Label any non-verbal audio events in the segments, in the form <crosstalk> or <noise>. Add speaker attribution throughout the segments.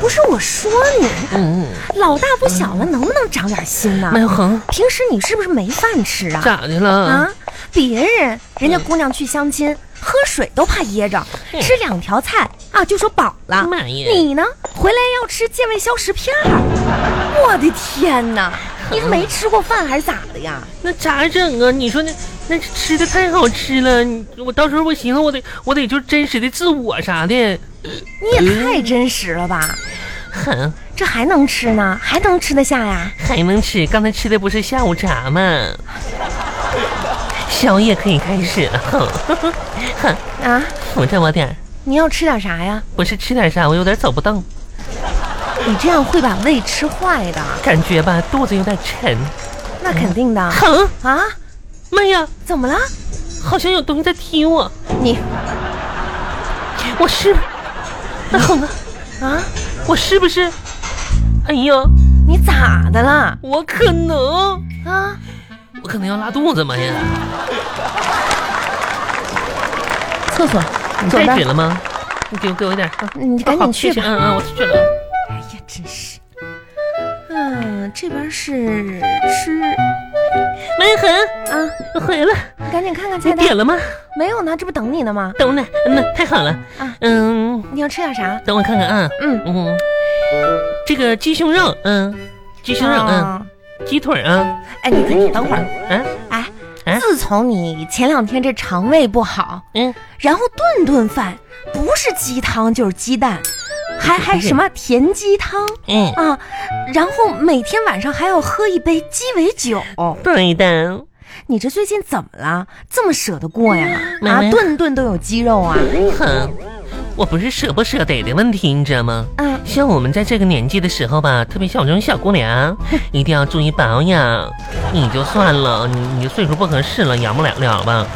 Speaker 1: 不是我说你，老大不小了，能不能长点心呢？
Speaker 2: 麦恒，
Speaker 1: 平时你是不是没饭吃啊？
Speaker 2: 咋的了？
Speaker 1: 啊，别人人家姑娘去相亲，喝水都怕噎着，吃两条菜啊就说饱了。
Speaker 2: 嗯妈呀
Speaker 1: 你呢，回来要吃健胃消食片儿。我的天哪，你是没吃过饭还是咋的呀？
Speaker 2: 那咋整啊？你说那那吃的太好吃了，你我到时候我寻思我得我得就真实的自我啥的，
Speaker 1: 你也太真实了吧！
Speaker 2: 哼，
Speaker 1: 这还能吃呢？还能吃得下呀？
Speaker 2: 还能吃？刚才吃的不是下午茶吗？宵夜可以开始了，哼，哼，
Speaker 1: 啊，
Speaker 2: 扶着我点儿，
Speaker 1: 你要吃点啥呀？
Speaker 2: 不是吃点啥，我有点走不动，
Speaker 1: 你这样会把胃吃坏的，
Speaker 2: 感觉吧肚子有点沉。
Speaker 1: 那肯定的。
Speaker 2: 哼，
Speaker 1: 啊，
Speaker 2: 妈呀，
Speaker 1: 怎么了？
Speaker 2: 好像有东西在踢我，
Speaker 1: 你 <laughs>
Speaker 2: 我是，那恒啊，
Speaker 1: 啊，
Speaker 2: 我是不是？哎呀，
Speaker 1: 你咋的了？
Speaker 2: 我可能。
Speaker 1: 啊，
Speaker 2: 我可能要拉肚子嘛呀？
Speaker 1: 厕所，你
Speaker 2: 你
Speaker 1: 左
Speaker 2: 带纸
Speaker 1: 边，
Speaker 2: 了吗？你给我给我一点，啊
Speaker 1: 你赶
Speaker 2: 好
Speaker 1: 紧去
Speaker 2: 谢谢
Speaker 1: 吧。
Speaker 2: 嗯嗯，我去了。
Speaker 1: 哎呀，真是。嗯，这边是吃
Speaker 2: 文恒，
Speaker 1: 啊，
Speaker 2: 我回来了，
Speaker 1: 你赶紧看看
Speaker 2: 你
Speaker 1: 菜
Speaker 2: 点
Speaker 1: 单。
Speaker 2: 了吗？
Speaker 1: 没有呢，这不等你呢吗？
Speaker 2: 等呢，嗯呐，太好了
Speaker 1: 啊。
Speaker 2: 嗯，
Speaker 1: 你要吃点啥？
Speaker 2: 等我看看啊。
Speaker 1: 嗯，
Speaker 2: 嗯，这个鸡胸肉，嗯，鸡胸肉，嗯，
Speaker 1: 啊。
Speaker 2: 鸡腿儿啊，
Speaker 1: 哎，你你等会儿，
Speaker 2: 嗯
Speaker 1: 哎
Speaker 2: 哎，
Speaker 1: 自从你前两天这肠胃不好，
Speaker 2: 嗯，
Speaker 1: 然后顿顿饭不是鸡汤就是鸡蛋，还还什么甜鸡汤
Speaker 2: 嗯，
Speaker 1: 啊，然后每天晚上还要喝一杯鸡尾酒。
Speaker 2: 对的。
Speaker 1: 你这最近怎么了？这么舍得过呀？
Speaker 2: 妈
Speaker 1: 啊，
Speaker 2: 妈
Speaker 1: 顿顿都有鸡肉啊！
Speaker 2: 哼，我不是舍不舍得的问题，你知道吗？
Speaker 1: 啊，
Speaker 2: 像我们在这个年纪的时候吧，特别像我这种小
Speaker 1: <laughs>
Speaker 2: 姑娘，一定要注意保养。你就算了，你你岁数不合适了，养不了了吧？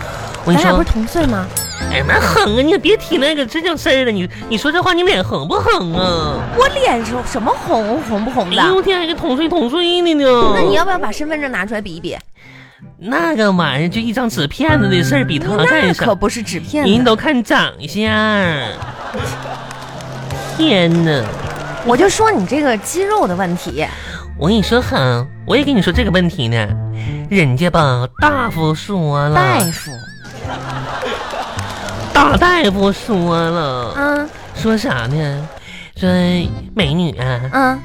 Speaker 2: 我跟
Speaker 1: 咱
Speaker 2: 你
Speaker 1: 俩不
Speaker 2: 说
Speaker 1: 是，同岁吗？
Speaker 2: 哎妈横啊！你别提那个这种事儿了，你你说这话你脸红不红啊？
Speaker 1: 我脸是什么红红不红
Speaker 2: 哎
Speaker 1: 的？
Speaker 2: 呦天，还个同岁同岁的呢。
Speaker 1: 那你要不要把身份证拿出来比一
Speaker 2: 啊
Speaker 1: 比？
Speaker 2: 那个玩意儿就一张纸片子的事儿，比他
Speaker 1: 那
Speaker 2: 干
Speaker 1: 可
Speaker 2: 啥？
Speaker 1: 不是纸片
Speaker 2: 人
Speaker 1: 子，
Speaker 2: 都看长相。天哪！
Speaker 1: 我就说你这个肌肉的问题。
Speaker 2: 我跟你说哈，我也跟你说这个问题呢，人家吧大夫说
Speaker 1: 大
Speaker 2: 了，
Speaker 1: 夫，
Speaker 2: 大大夫说了，
Speaker 1: 嗯
Speaker 2: 说啥呢？说美女啊，
Speaker 1: 嗯，啊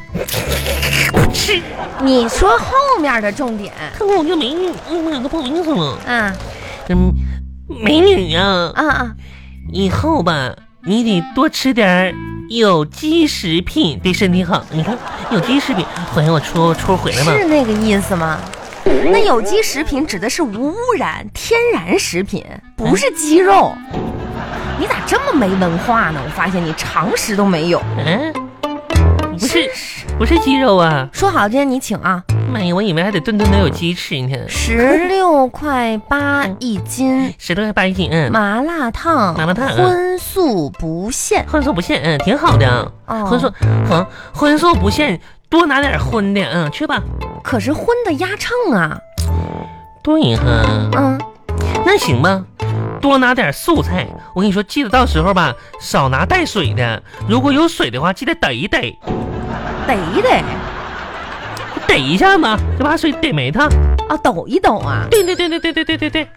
Speaker 2: 是
Speaker 1: 你说后面的重点。
Speaker 2: 看我这美女，嗯，我都不好意思了。
Speaker 1: 啊
Speaker 2: 嗯，美女啊，
Speaker 1: 啊啊！
Speaker 2: 以后吧，你得多吃点儿有机食品，对身体好。你看有机食品，回来我出出回来吧。
Speaker 1: 是那个意思吗？那有机食品指的是无污染、天然食品，不是鸡肉。你咋这么没文化呢？我发现你常识都没有。
Speaker 2: 嗯、不是
Speaker 1: 真是，
Speaker 2: 不是鸡肉啊，
Speaker 1: 说好今天你请啊，
Speaker 2: 妈呀，我以为还得顿顿都有鸡吃呢。
Speaker 1: 十六块八一斤
Speaker 2: 十六块八一斤，嗯，
Speaker 1: 麻辣烫，
Speaker 2: 麻辣烫啊
Speaker 1: 荤素不限。
Speaker 2: 荤素不限，嗯，挺好的。
Speaker 1: 哦
Speaker 2: 荤素，好，荤素不限，多拿点荤的，嗯，去吧。
Speaker 1: 可是荤的压秤啊，
Speaker 2: 对哈，
Speaker 1: 嗯，
Speaker 2: 那行吧，多拿点素菜。我跟你说，记得到时候吧，少拿带水的。如果有水的话，记得逮一逮，
Speaker 1: 得一得
Speaker 2: 逮一下嘛，就把水逮没它。
Speaker 1: 啊，抖一抖啊，
Speaker 2: 对对对对对对对对对，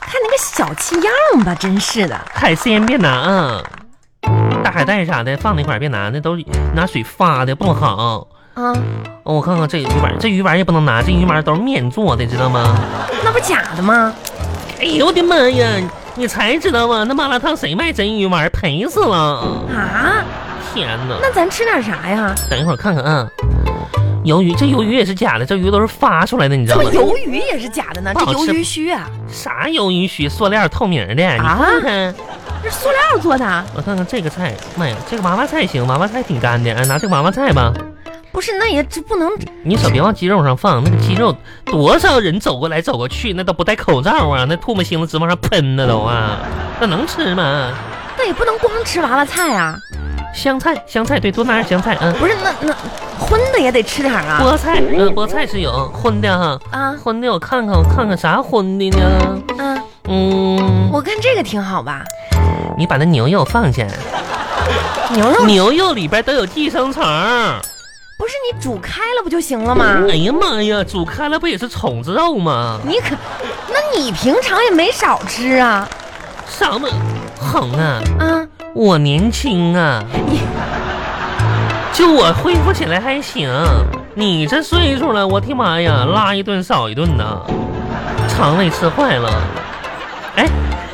Speaker 1: 看那个小气样吧，真是的。
Speaker 2: 海鲜别拿啊，大海带啥的放那块儿别拿，那都是拿水发的不好。
Speaker 1: 啊，
Speaker 2: 哦我看看这鱼丸，这鱼丸也不能拿，这鱼丸都是面做的，知道吗？
Speaker 1: 那不假的吗？
Speaker 2: 哎呦我的妈呀！你才知道吗？啊那麻辣烫谁卖真鱼丸，赔死了！
Speaker 1: 啊，
Speaker 2: 天哪！
Speaker 1: 那咱吃点啥呀？
Speaker 2: 等一会儿看看啊，鱿鱼，这鱿鱼也是假的，这鱼都是发出来的，你知
Speaker 1: 这
Speaker 2: 道
Speaker 1: 不
Speaker 2: 吗？
Speaker 1: 鱿鱼也是假的呢？
Speaker 2: 不
Speaker 1: 这
Speaker 2: 好吃
Speaker 1: 鱿鱼须啊，
Speaker 2: 啥鱿鱼须，塑料透明的，你
Speaker 1: 啊
Speaker 2: 看看。
Speaker 1: 这塑料做的，啊
Speaker 2: 我看看这个菜，妈呀，这个娃娃菜行，娃娃菜挺干的，哎，拿这娃娃菜吧。
Speaker 1: 不是？那也这不能
Speaker 2: 你手别往鸡肉上放，那个鸡肉多少人走过来走过去，那都不戴口罩啊，那唾沫星子直往上喷呢都啊，那能吃吗？
Speaker 1: 那也不能光吃娃娃菜啊！
Speaker 2: 香菜，香菜，对，多拿点香菜啊。
Speaker 1: 不是，那那荤的也得吃点啊！
Speaker 2: 菠菜，呃，菠菜是有荤的哈，
Speaker 1: 啊，
Speaker 2: 荤的我看看，我看看啥荤的呢？
Speaker 1: 嗯，
Speaker 2: 嗯，
Speaker 1: 哦我看这个挺好吧？
Speaker 2: 你把那牛肉放下，
Speaker 1: 牛肉
Speaker 2: 牛肉里边都有寄生虫。
Speaker 1: 不是你煮开了不就行了吗？
Speaker 2: 哎呀妈呀，煮开了不也是虫子肉吗？
Speaker 1: 你可，那你平常也没少吃啊
Speaker 2: 什么红啊？
Speaker 1: 啊！
Speaker 2: 我年轻啊，
Speaker 1: 你
Speaker 2: 就我恢复起来还行。你这岁数了，我的妈呀，拉一顿少一顿呐，肠胃吃坏了。哎，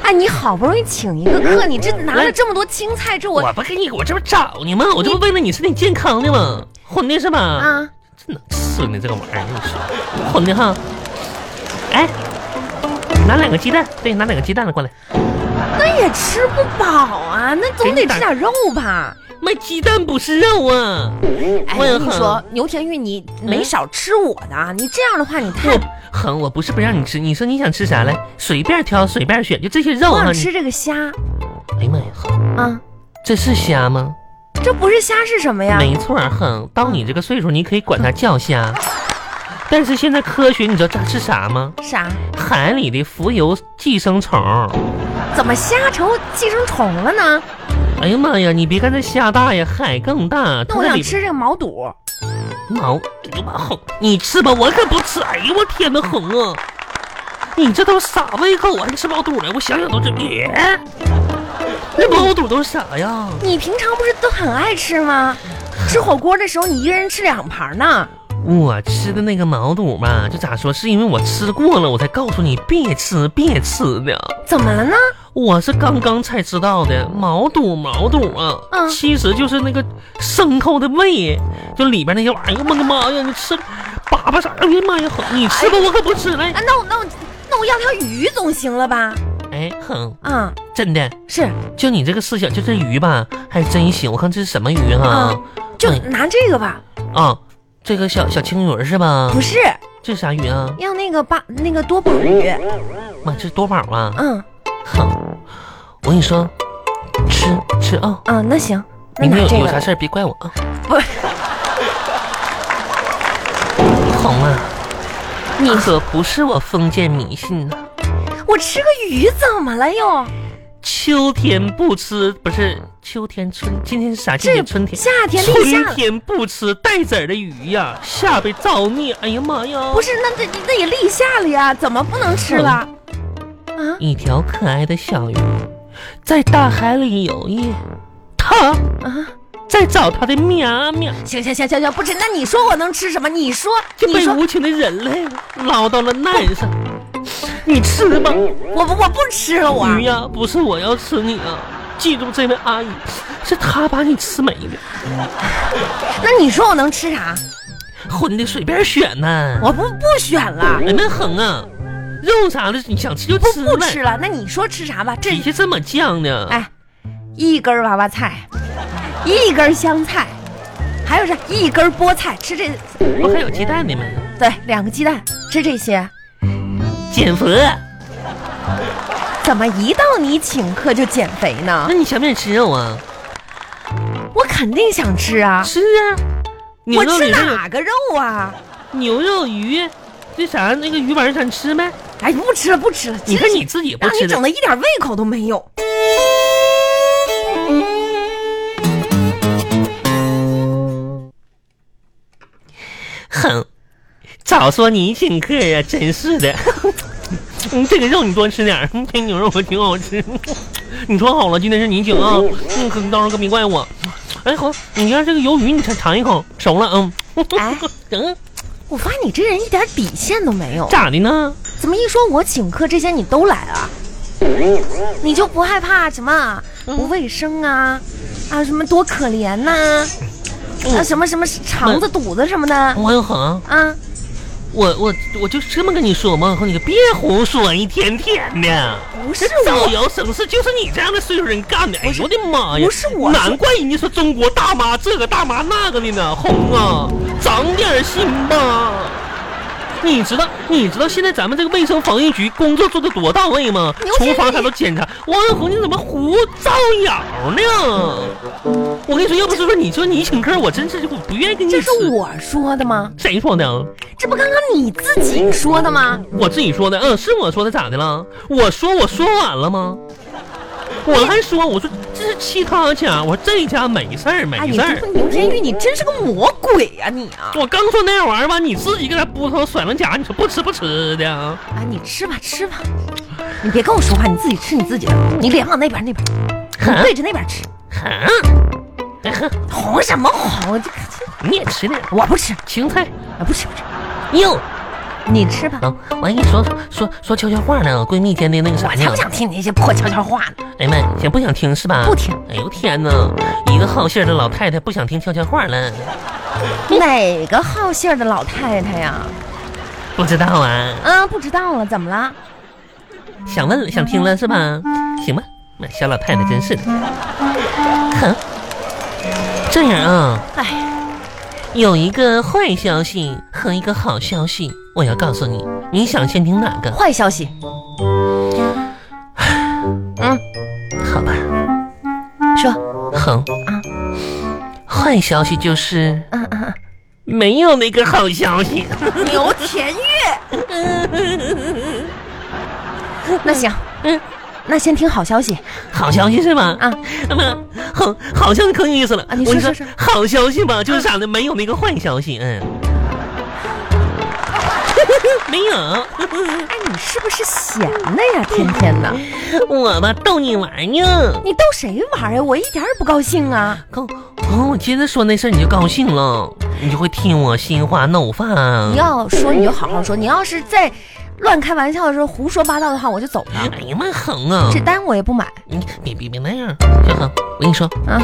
Speaker 1: 哎，你好不容易请一个客，你这拿了这么多青菜，这我
Speaker 2: 我不给你，我这不找你吗？我这不为了你身体健康的吗？混的是吧？
Speaker 1: 啊，
Speaker 2: 这能吃呢这个玩意儿，你说混的哈。哎，拿两个鸡蛋，对，拿两个鸡蛋了过来。
Speaker 1: 那也吃不饱啊，那总得吃点肉吧。
Speaker 2: 卖鸡蛋不是肉啊！
Speaker 1: 哎，
Speaker 2: 我也
Speaker 1: 我跟你
Speaker 2: 很嗯
Speaker 1: 说，牛田玉，你没少吃我的啊！你这样的话，你太
Speaker 2: 我哼，我不是不让你吃，你说你想吃啥来，随便挑，随便选，就这些肉
Speaker 1: 我
Speaker 2: 啊。
Speaker 1: 想
Speaker 2: 你
Speaker 1: 吃这个虾
Speaker 2: 哎呀妈呀，哼，
Speaker 1: 啊！
Speaker 2: 这是虾吗？
Speaker 1: 这不是虾是什么呀？
Speaker 2: 没错儿，哼，到你这个岁数，你可以管它叫虾。但是现在科学，你知道它是啥吗？
Speaker 1: 啥？
Speaker 2: 海里的浮游寄生虫。
Speaker 1: 怎么虾成寄生虫了呢？
Speaker 2: 哎呀妈呀，你别看这虾大呀，海更大。
Speaker 1: 那
Speaker 2: 它
Speaker 1: 我
Speaker 2: 那
Speaker 1: 想
Speaker 2: 里
Speaker 1: 吃这个毛肚。
Speaker 2: 毛，哎呦妈红，你吃吧，我可不吃。哎呦我天呐，红啊！你这都啥胃口啊？还吃毛肚了？我想想都这，别。那毛肚都是啥呀？
Speaker 1: 你平常不是都很爱吃吗？吃火锅的时候，你一个人吃两盘呢。
Speaker 2: 我吃的那个毛肚嘛，就咋说，是因为我吃过了，我才告诉你别吃，别吃的。
Speaker 1: 怎么了呢？
Speaker 2: 我是刚刚才知道的，毛肚毛肚啊，
Speaker 1: 嗯
Speaker 2: 其实就是那个牲口的胃，就里边那些玩意儿。哎呦我的妈呀，你吃粑粑啥？哎呀妈呀，哼你吃吧，我可不吃了
Speaker 1: 啊。，那我那我那我要条鱼总行了吧？
Speaker 2: 哎，哼，
Speaker 1: 啊、
Speaker 2: 真的，
Speaker 1: 是，
Speaker 2: 就你这个思想，就这鱼吧，还真行。我看这是什么鱼哈、啊
Speaker 1: 嗯？就
Speaker 2: 嗯
Speaker 1: 拿这个吧。
Speaker 2: 啊，这个小小青鱼儿是吧
Speaker 1: 不？是，
Speaker 2: 这啥鱼啊？
Speaker 1: 要那个八那个多宝鱼。
Speaker 2: 妈，这多宝啊！
Speaker 1: 嗯
Speaker 2: 哼，我跟你说，吃吃啊、
Speaker 1: 嗯，那行，那
Speaker 2: 你们
Speaker 1: 拿
Speaker 2: 有
Speaker 1: 这
Speaker 2: 有啥
Speaker 1: 个。
Speaker 2: 事儿别怪我啊。
Speaker 1: 不，
Speaker 2: <laughs> 红啊，你可不是我封建迷信呐、
Speaker 1: 我吃个鱼怎么了又？
Speaker 2: 秋天不吃不是秋天春，今天是啥季
Speaker 1: 这
Speaker 2: 节？春天。
Speaker 1: 夏天立夏
Speaker 2: 春
Speaker 1: 了，
Speaker 2: 天不吃带籽儿的鱼呀、下辈造孽！哎呀妈呀！
Speaker 1: 不是那这那也立夏了呀，怎么不能吃了？啊，
Speaker 2: 一条可爱的小鱼在大海里游弋，它
Speaker 1: 啊
Speaker 2: 在找它的喵喵，
Speaker 1: 行行行行行，不吃。那你说我能吃什么？你说，
Speaker 2: 就
Speaker 1: 你
Speaker 2: 被
Speaker 1: 说，
Speaker 2: 无情的人类捞到了岸上。你吃吧，
Speaker 1: 我不我不吃了我。
Speaker 2: 鱼呀、不是我要吃你啊！记住，这位阿姨，是她把你吃没的，啊
Speaker 1: 那你说我能吃啥？
Speaker 2: 混的随便选呢、
Speaker 1: 我不不选了，
Speaker 2: 哎，那横啊，肉啥的你想吃就
Speaker 1: 不
Speaker 2: 吃
Speaker 1: 不
Speaker 2: 呗，
Speaker 1: 吃了。那你说吃啥吧？这
Speaker 2: 脾气这么犟呢？
Speaker 1: 哎，一根娃娃菜，一根香菜，还有是一根菠菜，吃这
Speaker 2: 不还有鸡蛋呢吗？
Speaker 1: 对两个鸡蛋，吃这些。
Speaker 2: 减肥，
Speaker 1: 怎么一到你请客就减肥呢
Speaker 2: 那？你想不想吃肉啊？
Speaker 1: 我肯定想吃啊！
Speaker 2: 吃啊！牛
Speaker 1: 我
Speaker 2: 肉
Speaker 1: 吃
Speaker 2: 里面有
Speaker 1: 哪个肉啊？
Speaker 2: 牛肉鱼，这啥那个鱼丸儿咱吃呗？
Speaker 1: 哎，不吃了，不吃了。
Speaker 2: 你看
Speaker 1: 真是
Speaker 2: 你自己不
Speaker 1: 让
Speaker 2: 吃
Speaker 1: 你整
Speaker 2: 的，
Speaker 1: 的一点胃口都没有。
Speaker 2: 哼，早说你请客呀、真是的。 <laughs> 嗯，这个肉你多吃点儿，嗯这牛肉可挺好吃。你说好了，今天是你请啊，嗯，可到时候可别怪我。哎，好，你看这个鱿鱼，你尝尝一口，熟了，嗯，
Speaker 1: 哎，
Speaker 2: <laughs> 嗯，
Speaker 1: 我发现你这人一点底线都没有。
Speaker 2: 咋的呢？
Speaker 1: 怎么一说我请客这些你都来啊？你就不害怕什么
Speaker 2: 嗯
Speaker 1: 不卫生啊？啊，什么多可怜呐、啊？
Speaker 2: 嗯
Speaker 1: 什么什么肠子肚子什么的
Speaker 2: 王小恒，
Speaker 1: 啊？
Speaker 2: 我我我就这么跟你说嘛，王小恒，你可别胡说，一天天的。
Speaker 1: 不是
Speaker 2: 造
Speaker 1: 我，
Speaker 2: 谣生事就是你这样的岁数人干的！哎呦我的妈呀！
Speaker 1: 不是我
Speaker 2: 难怪人家说中国大妈这个大妈那个的呢，红啊，长点心吧。你知道你知道现在咱们这个卫生防疫局工作做的多到位吗
Speaker 1: 牛？逼
Speaker 2: 厨房他都检查。王小红，你怎么胡造谣呢？我跟你说，要不是说你说你请客，我真是我不愿意跟
Speaker 1: 嗯
Speaker 2: 你
Speaker 1: 这
Speaker 2: 吃。
Speaker 1: 是我说的吗？
Speaker 2: 谁说的？
Speaker 1: 这不刚刚你自己说的吗？
Speaker 2: 我自己说的，嗯，是我说的，咋的了？我说我说完了吗？我还说，我说这这是其他家，我说这家没事儿，
Speaker 1: 哎，
Speaker 2: 没
Speaker 1: 你
Speaker 2: 事
Speaker 1: 这
Speaker 2: 儿。
Speaker 1: 个牛振玉，你真是个魔鬼呀、你啊！
Speaker 2: 我刚说那玩意儿吧，你自己搁那葡萄甩了夹，你说不吃不吃的啊？
Speaker 1: 哎，你吃吧吃吧，你别跟我说话，你自己吃你自己的，你脸往那边那边，
Speaker 2: 嗯
Speaker 1: 你对着那边吃，
Speaker 2: 啊，
Speaker 1: 红什么红？这个
Speaker 2: 你也吃点
Speaker 1: 我不吃，
Speaker 2: 青菜
Speaker 1: 我不吃不吃，
Speaker 2: 哟。
Speaker 1: 你吃吧，
Speaker 2: 啊，我还跟你说说说悄悄话呢，闺蜜间的那个啥
Speaker 1: 我才
Speaker 2: 呢
Speaker 1: 不？想听你那些破悄悄话呢。
Speaker 2: 哎呀妈，呀，不想听是吧？
Speaker 1: 不听。
Speaker 2: 哎呦天哪，一个好信儿的老太太不想听悄悄话了，
Speaker 1: 哪个好信儿的老太太呀？
Speaker 2: 不知道啊？
Speaker 1: 啊，不知道了，怎么了？
Speaker 2: 想问了，
Speaker 1: 嗯
Speaker 2: 想听了是吧？行吧，那小老太太真是的，哼。这样啊，
Speaker 1: 哎，
Speaker 2: 有一个坏消息和一个好消息，我要告诉你，你想先听哪个？
Speaker 1: 坏消息，嗯，
Speaker 2: 好吧， <laughs>
Speaker 1: 说，
Speaker 2: 哼
Speaker 1: 啊。
Speaker 2: 坏消息就是
Speaker 1: 嗯嗯
Speaker 2: 没有那个好消息。
Speaker 1: 嗯，牛田玉。 <laughs> 那行，嗯，那先听好消息
Speaker 2: 好消息是吧？
Speaker 1: 啊，
Speaker 2: 那么好，好像更有意思了
Speaker 1: 啊你
Speaker 2: 我
Speaker 1: 说
Speaker 2: 跟
Speaker 1: 说说啊
Speaker 2: 好消息吧，就是啥呢？没有那个坏消息，
Speaker 1: <laughs>
Speaker 2: 嗯，没有，
Speaker 1: 哎，你是不是闲的呀？天天的，
Speaker 2: 我吧逗你玩儿呢。
Speaker 1: 你逗谁玩呀？我一点儿也不高兴啊！
Speaker 2: 哦，哦我接着说那事儿你就高兴了，你就会替我心花怒放
Speaker 1: 你。要说你就好好说，你要是再乱开玩笑的时候胡说八道的话，我就走了。
Speaker 2: 哎呀妈，恒啊！
Speaker 1: 这单我也不买
Speaker 2: 你别别别那样，小恒，我跟你说，
Speaker 1: 啊！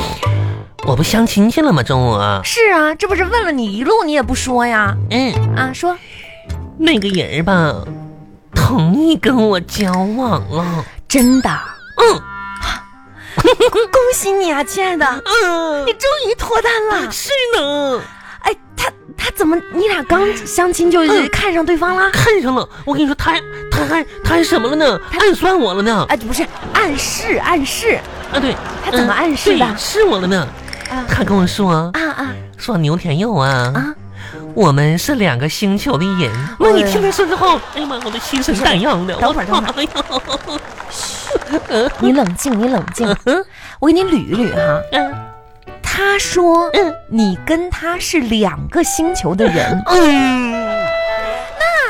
Speaker 2: 我不相亲去了吗？中午啊，
Speaker 1: 是啊，这不是问了你一路，你也不说呀？
Speaker 2: 嗯，
Speaker 1: 啊，说
Speaker 2: 那个人儿吧，同意跟我交往了，
Speaker 1: 真的， <laughs>
Speaker 2: 嗯。
Speaker 1: 恭喜你啊，亲爱的，
Speaker 2: 嗯
Speaker 1: 你，终于脱单了。
Speaker 2: 是呢，
Speaker 1: 哎，他他怎么你俩刚相亲就
Speaker 2: 嗯
Speaker 1: 看上对方了？
Speaker 2: 看上了。我跟你说，他他还他还什么了呢？暗算我了呢？
Speaker 1: 哎，不是暗示暗示
Speaker 2: 啊，对，
Speaker 1: 哎他怎么
Speaker 2: 嗯
Speaker 1: 暗示的
Speaker 2: 对是我了呢。
Speaker 1: 啊
Speaker 2: 他跟我说
Speaker 1: 啊啊
Speaker 2: 说牛天佑啊， <laughs>
Speaker 1: 啊！
Speaker 2: 我们是两个星球的人。那你听他说之后，哎呀妈，我都心神荡漾的。
Speaker 1: <laughs> 等会儿
Speaker 2: 我
Speaker 1: 等会
Speaker 2: 哎呦，
Speaker 1: 你冷静，你冷静，我给你捋一捋哈。
Speaker 2: 嗯
Speaker 1: 他说
Speaker 2: 嗯，
Speaker 1: 你跟他是两个星球的人
Speaker 2: 嗯，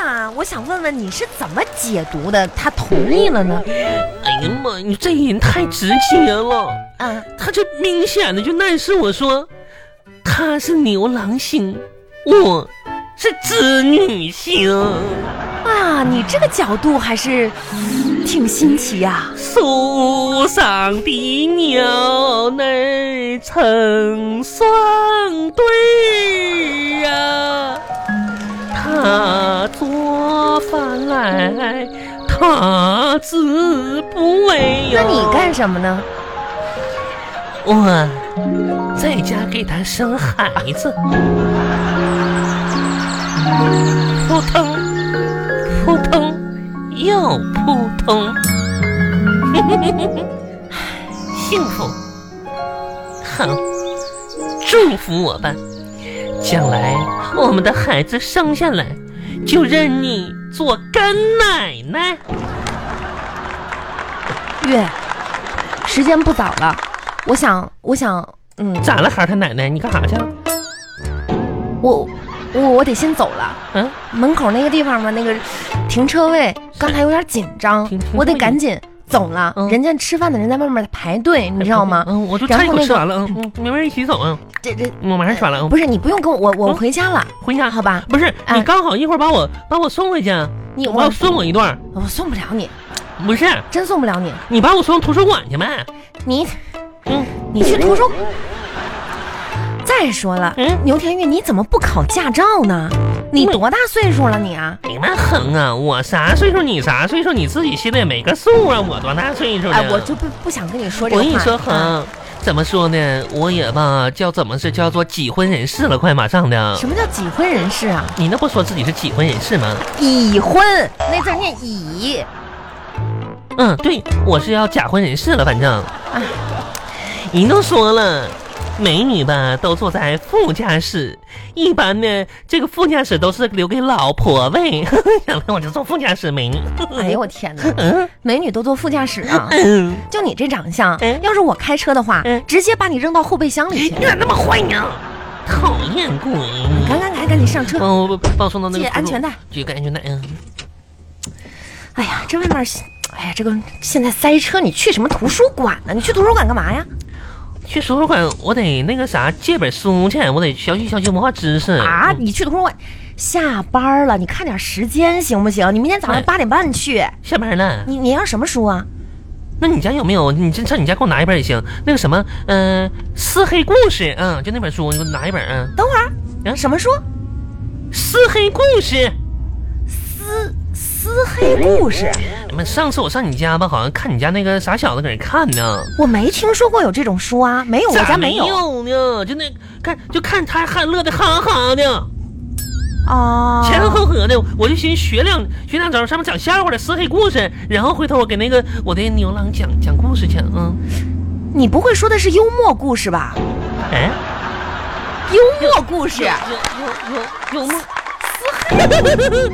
Speaker 1: 那啊我想问问你是怎么解读的？他同意了呢？
Speaker 2: 哎呀妈，你这人太直接了。
Speaker 1: 啊，
Speaker 2: 他就明显的就暗示我说，他是牛郎星，我是织女星，
Speaker 1: 啊，你这个角度还是挺新奇啊呀、
Speaker 2: 树上的鸟儿成双对儿啊，他做饭来，他织不为哟
Speaker 1: 那你干什么呢？
Speaker 2: 我在家给他生孩子，扑腾，扑腾，又扑腾， <laughs> 幸福，好，祝福我吧，将来我们的孩子生下来，就认你做干奶奶。
Speaker 1: 月，时间不早了，我想，我想，嗯，
Speaker 2: 咋了，孩儿他奶奶？你干啥去？
Speaker 1: 我我我得先走了。
Speaker 2: 嗯，
Speaker 1: 门口那个地方嘛，那个停车位刚才有点紧张
Speaker 2: 停停，
Speaker 1: 我得
Speaker 2: 会
Speaker 1: 赶紧走了。
Speaker 2: 嗯
Speaker 1: 人家吃饭的人在外面排队，你知道吗？
Speaker 2: 嗯，我就
Speaker 1: 然
Speaker 2: 菜
Speaker 1: 后
Speaker 2: 给我
Speaker 1: 那
Speaker 2: 吃
Speaker 1: 个
Speaker 2: 完了，嗯嗯，明儿一起走啊。
Speaker 1: 这这
Speaker 2: 我马上吃完了，
Speaker 1: 不是你不用跟我，我
Speaker 2: 嗯
Speaker 1: 我回家了，
Speaker 2: 回家
Speaker 1: 好吧？
Speaker 2: 不是
Speaker 1: 啊
Speaker 2: 你刚好一会儿把我把我送回去，啊
Speaker 1: 你
Speaker 2: 我要
Speaker 1: 我
Speaker 2: 送我一段儿，
Speaker 1: 我送不了你，
Speaker 2: 不是
Speaker 1: 真送不了你。
Speaker 2: 你把我送图书馆去呗？
Speaker 1: 你
Speaker 2: 嗯，
Speaker 1: 你去图书。再说了，
Speaker 2: 嗯
Speaker 1: 牛田玉，你怎么不考驾照呢？你
Speaker 2: 我
Speaker 1: 多大岁数了你啊？
Speaker 2: 你妈横啊！我啥岁数你啥岁数，你自己心里也没个数啊！我多大岁数了？
Speaker 1: 哎，我就不不想跟你说
Speaker 2: 我
Speaker 1: 这个话啊题。
Speaker 2: 跟你说横，怎么说呢？我也吧叫怎么是叫做几婚人士了，快马上的。
Speaker 1: 什么叫已婚人士啊？
Speaker 2: 你那不说自己是几婚人士吗？
Speaker 1: 已婚那字儿念已，
Speaker 2: 嗯，对，我是要假婚人士了，反正。
Speaker 1: 哎
Speaker 2: 人都说了，美女吧都坐在副驾驶，一般呢这个副驾驶都是留给老婆位， <laughs> 想来我就坐副驾驶美女。
Speaker 1: 哎呦我天哪，美女都坐副驾驶啊！
Speaker 2: 嗯，
Speaker 1: 就你这长相
Speaker 2: 嗯，
Speaker 1: 要是我开车的话
Speaker 2: 嗯，
Speaker 1: 直接把你扔到后备箱里
Speaker 2: 你
Speaker 1: 去。
Speaker 2: 咋那么坏呢？讨厌鬼！哦
Speaker 1: 赶赶赶赶紧上车！
Speaker 2: 帮我帮我送到那个
Speaker 1: 系安全带，
Speaker 2: 系个安全带嗯。
Speaker 1: 哎呀，这外面，哎呀，这个现在塞车，你去什么图书馆呢？你去图书馆干嘛呀？
Speaker 2: 去图书馆，我得那个啥，借本书去，我得学习学习文化知识
Speaker 1: 啊，你去图书馆，下班了，你看点时间行不行？你明天早上
Speaker 2: 对
Speaker 1: 八点半去。
Speaker 2: 下班了，
Speaker 1: 你你要什么书啊？
Speaker 2: 那你家有没有？你这上你家给我拿一本也行。那个什么，嗯、呃，《四黑故事》嗯，就那本书，你给我拿一本嗯，
Speaker 1: 等会儿，
Speaker 2: 啊
Speaker 1: 什么书？
Speaker 2: 《四黑故事》。
Speaker 1: 撕撕黑故事，
Speaker 2: 你们上次我上你家吧，好像看你家那个傻小子搁那看呢。
Speaker 1: 我没听说过有这种书啊，没有，我
Speaker 2: 咋
Speaker 1: 家没有。
Speaker 2: 有呢，就那看就看他还乐得哈哈的，
Speaker 1: 哦，
Speaker 2: 前哼后合的，我就寻思学两学两招，上面讲笑话的四黑故事，然后回头我给那个我的牛郎讲讲故事去，嗯，
Speaker 1: 你不会说的是幽默故事吧？
Speaker 2: 哎。
Speaker 1: 幽默故事，
Speaker 2: 有有有有梦，
Speaker 1: 撕黑故事。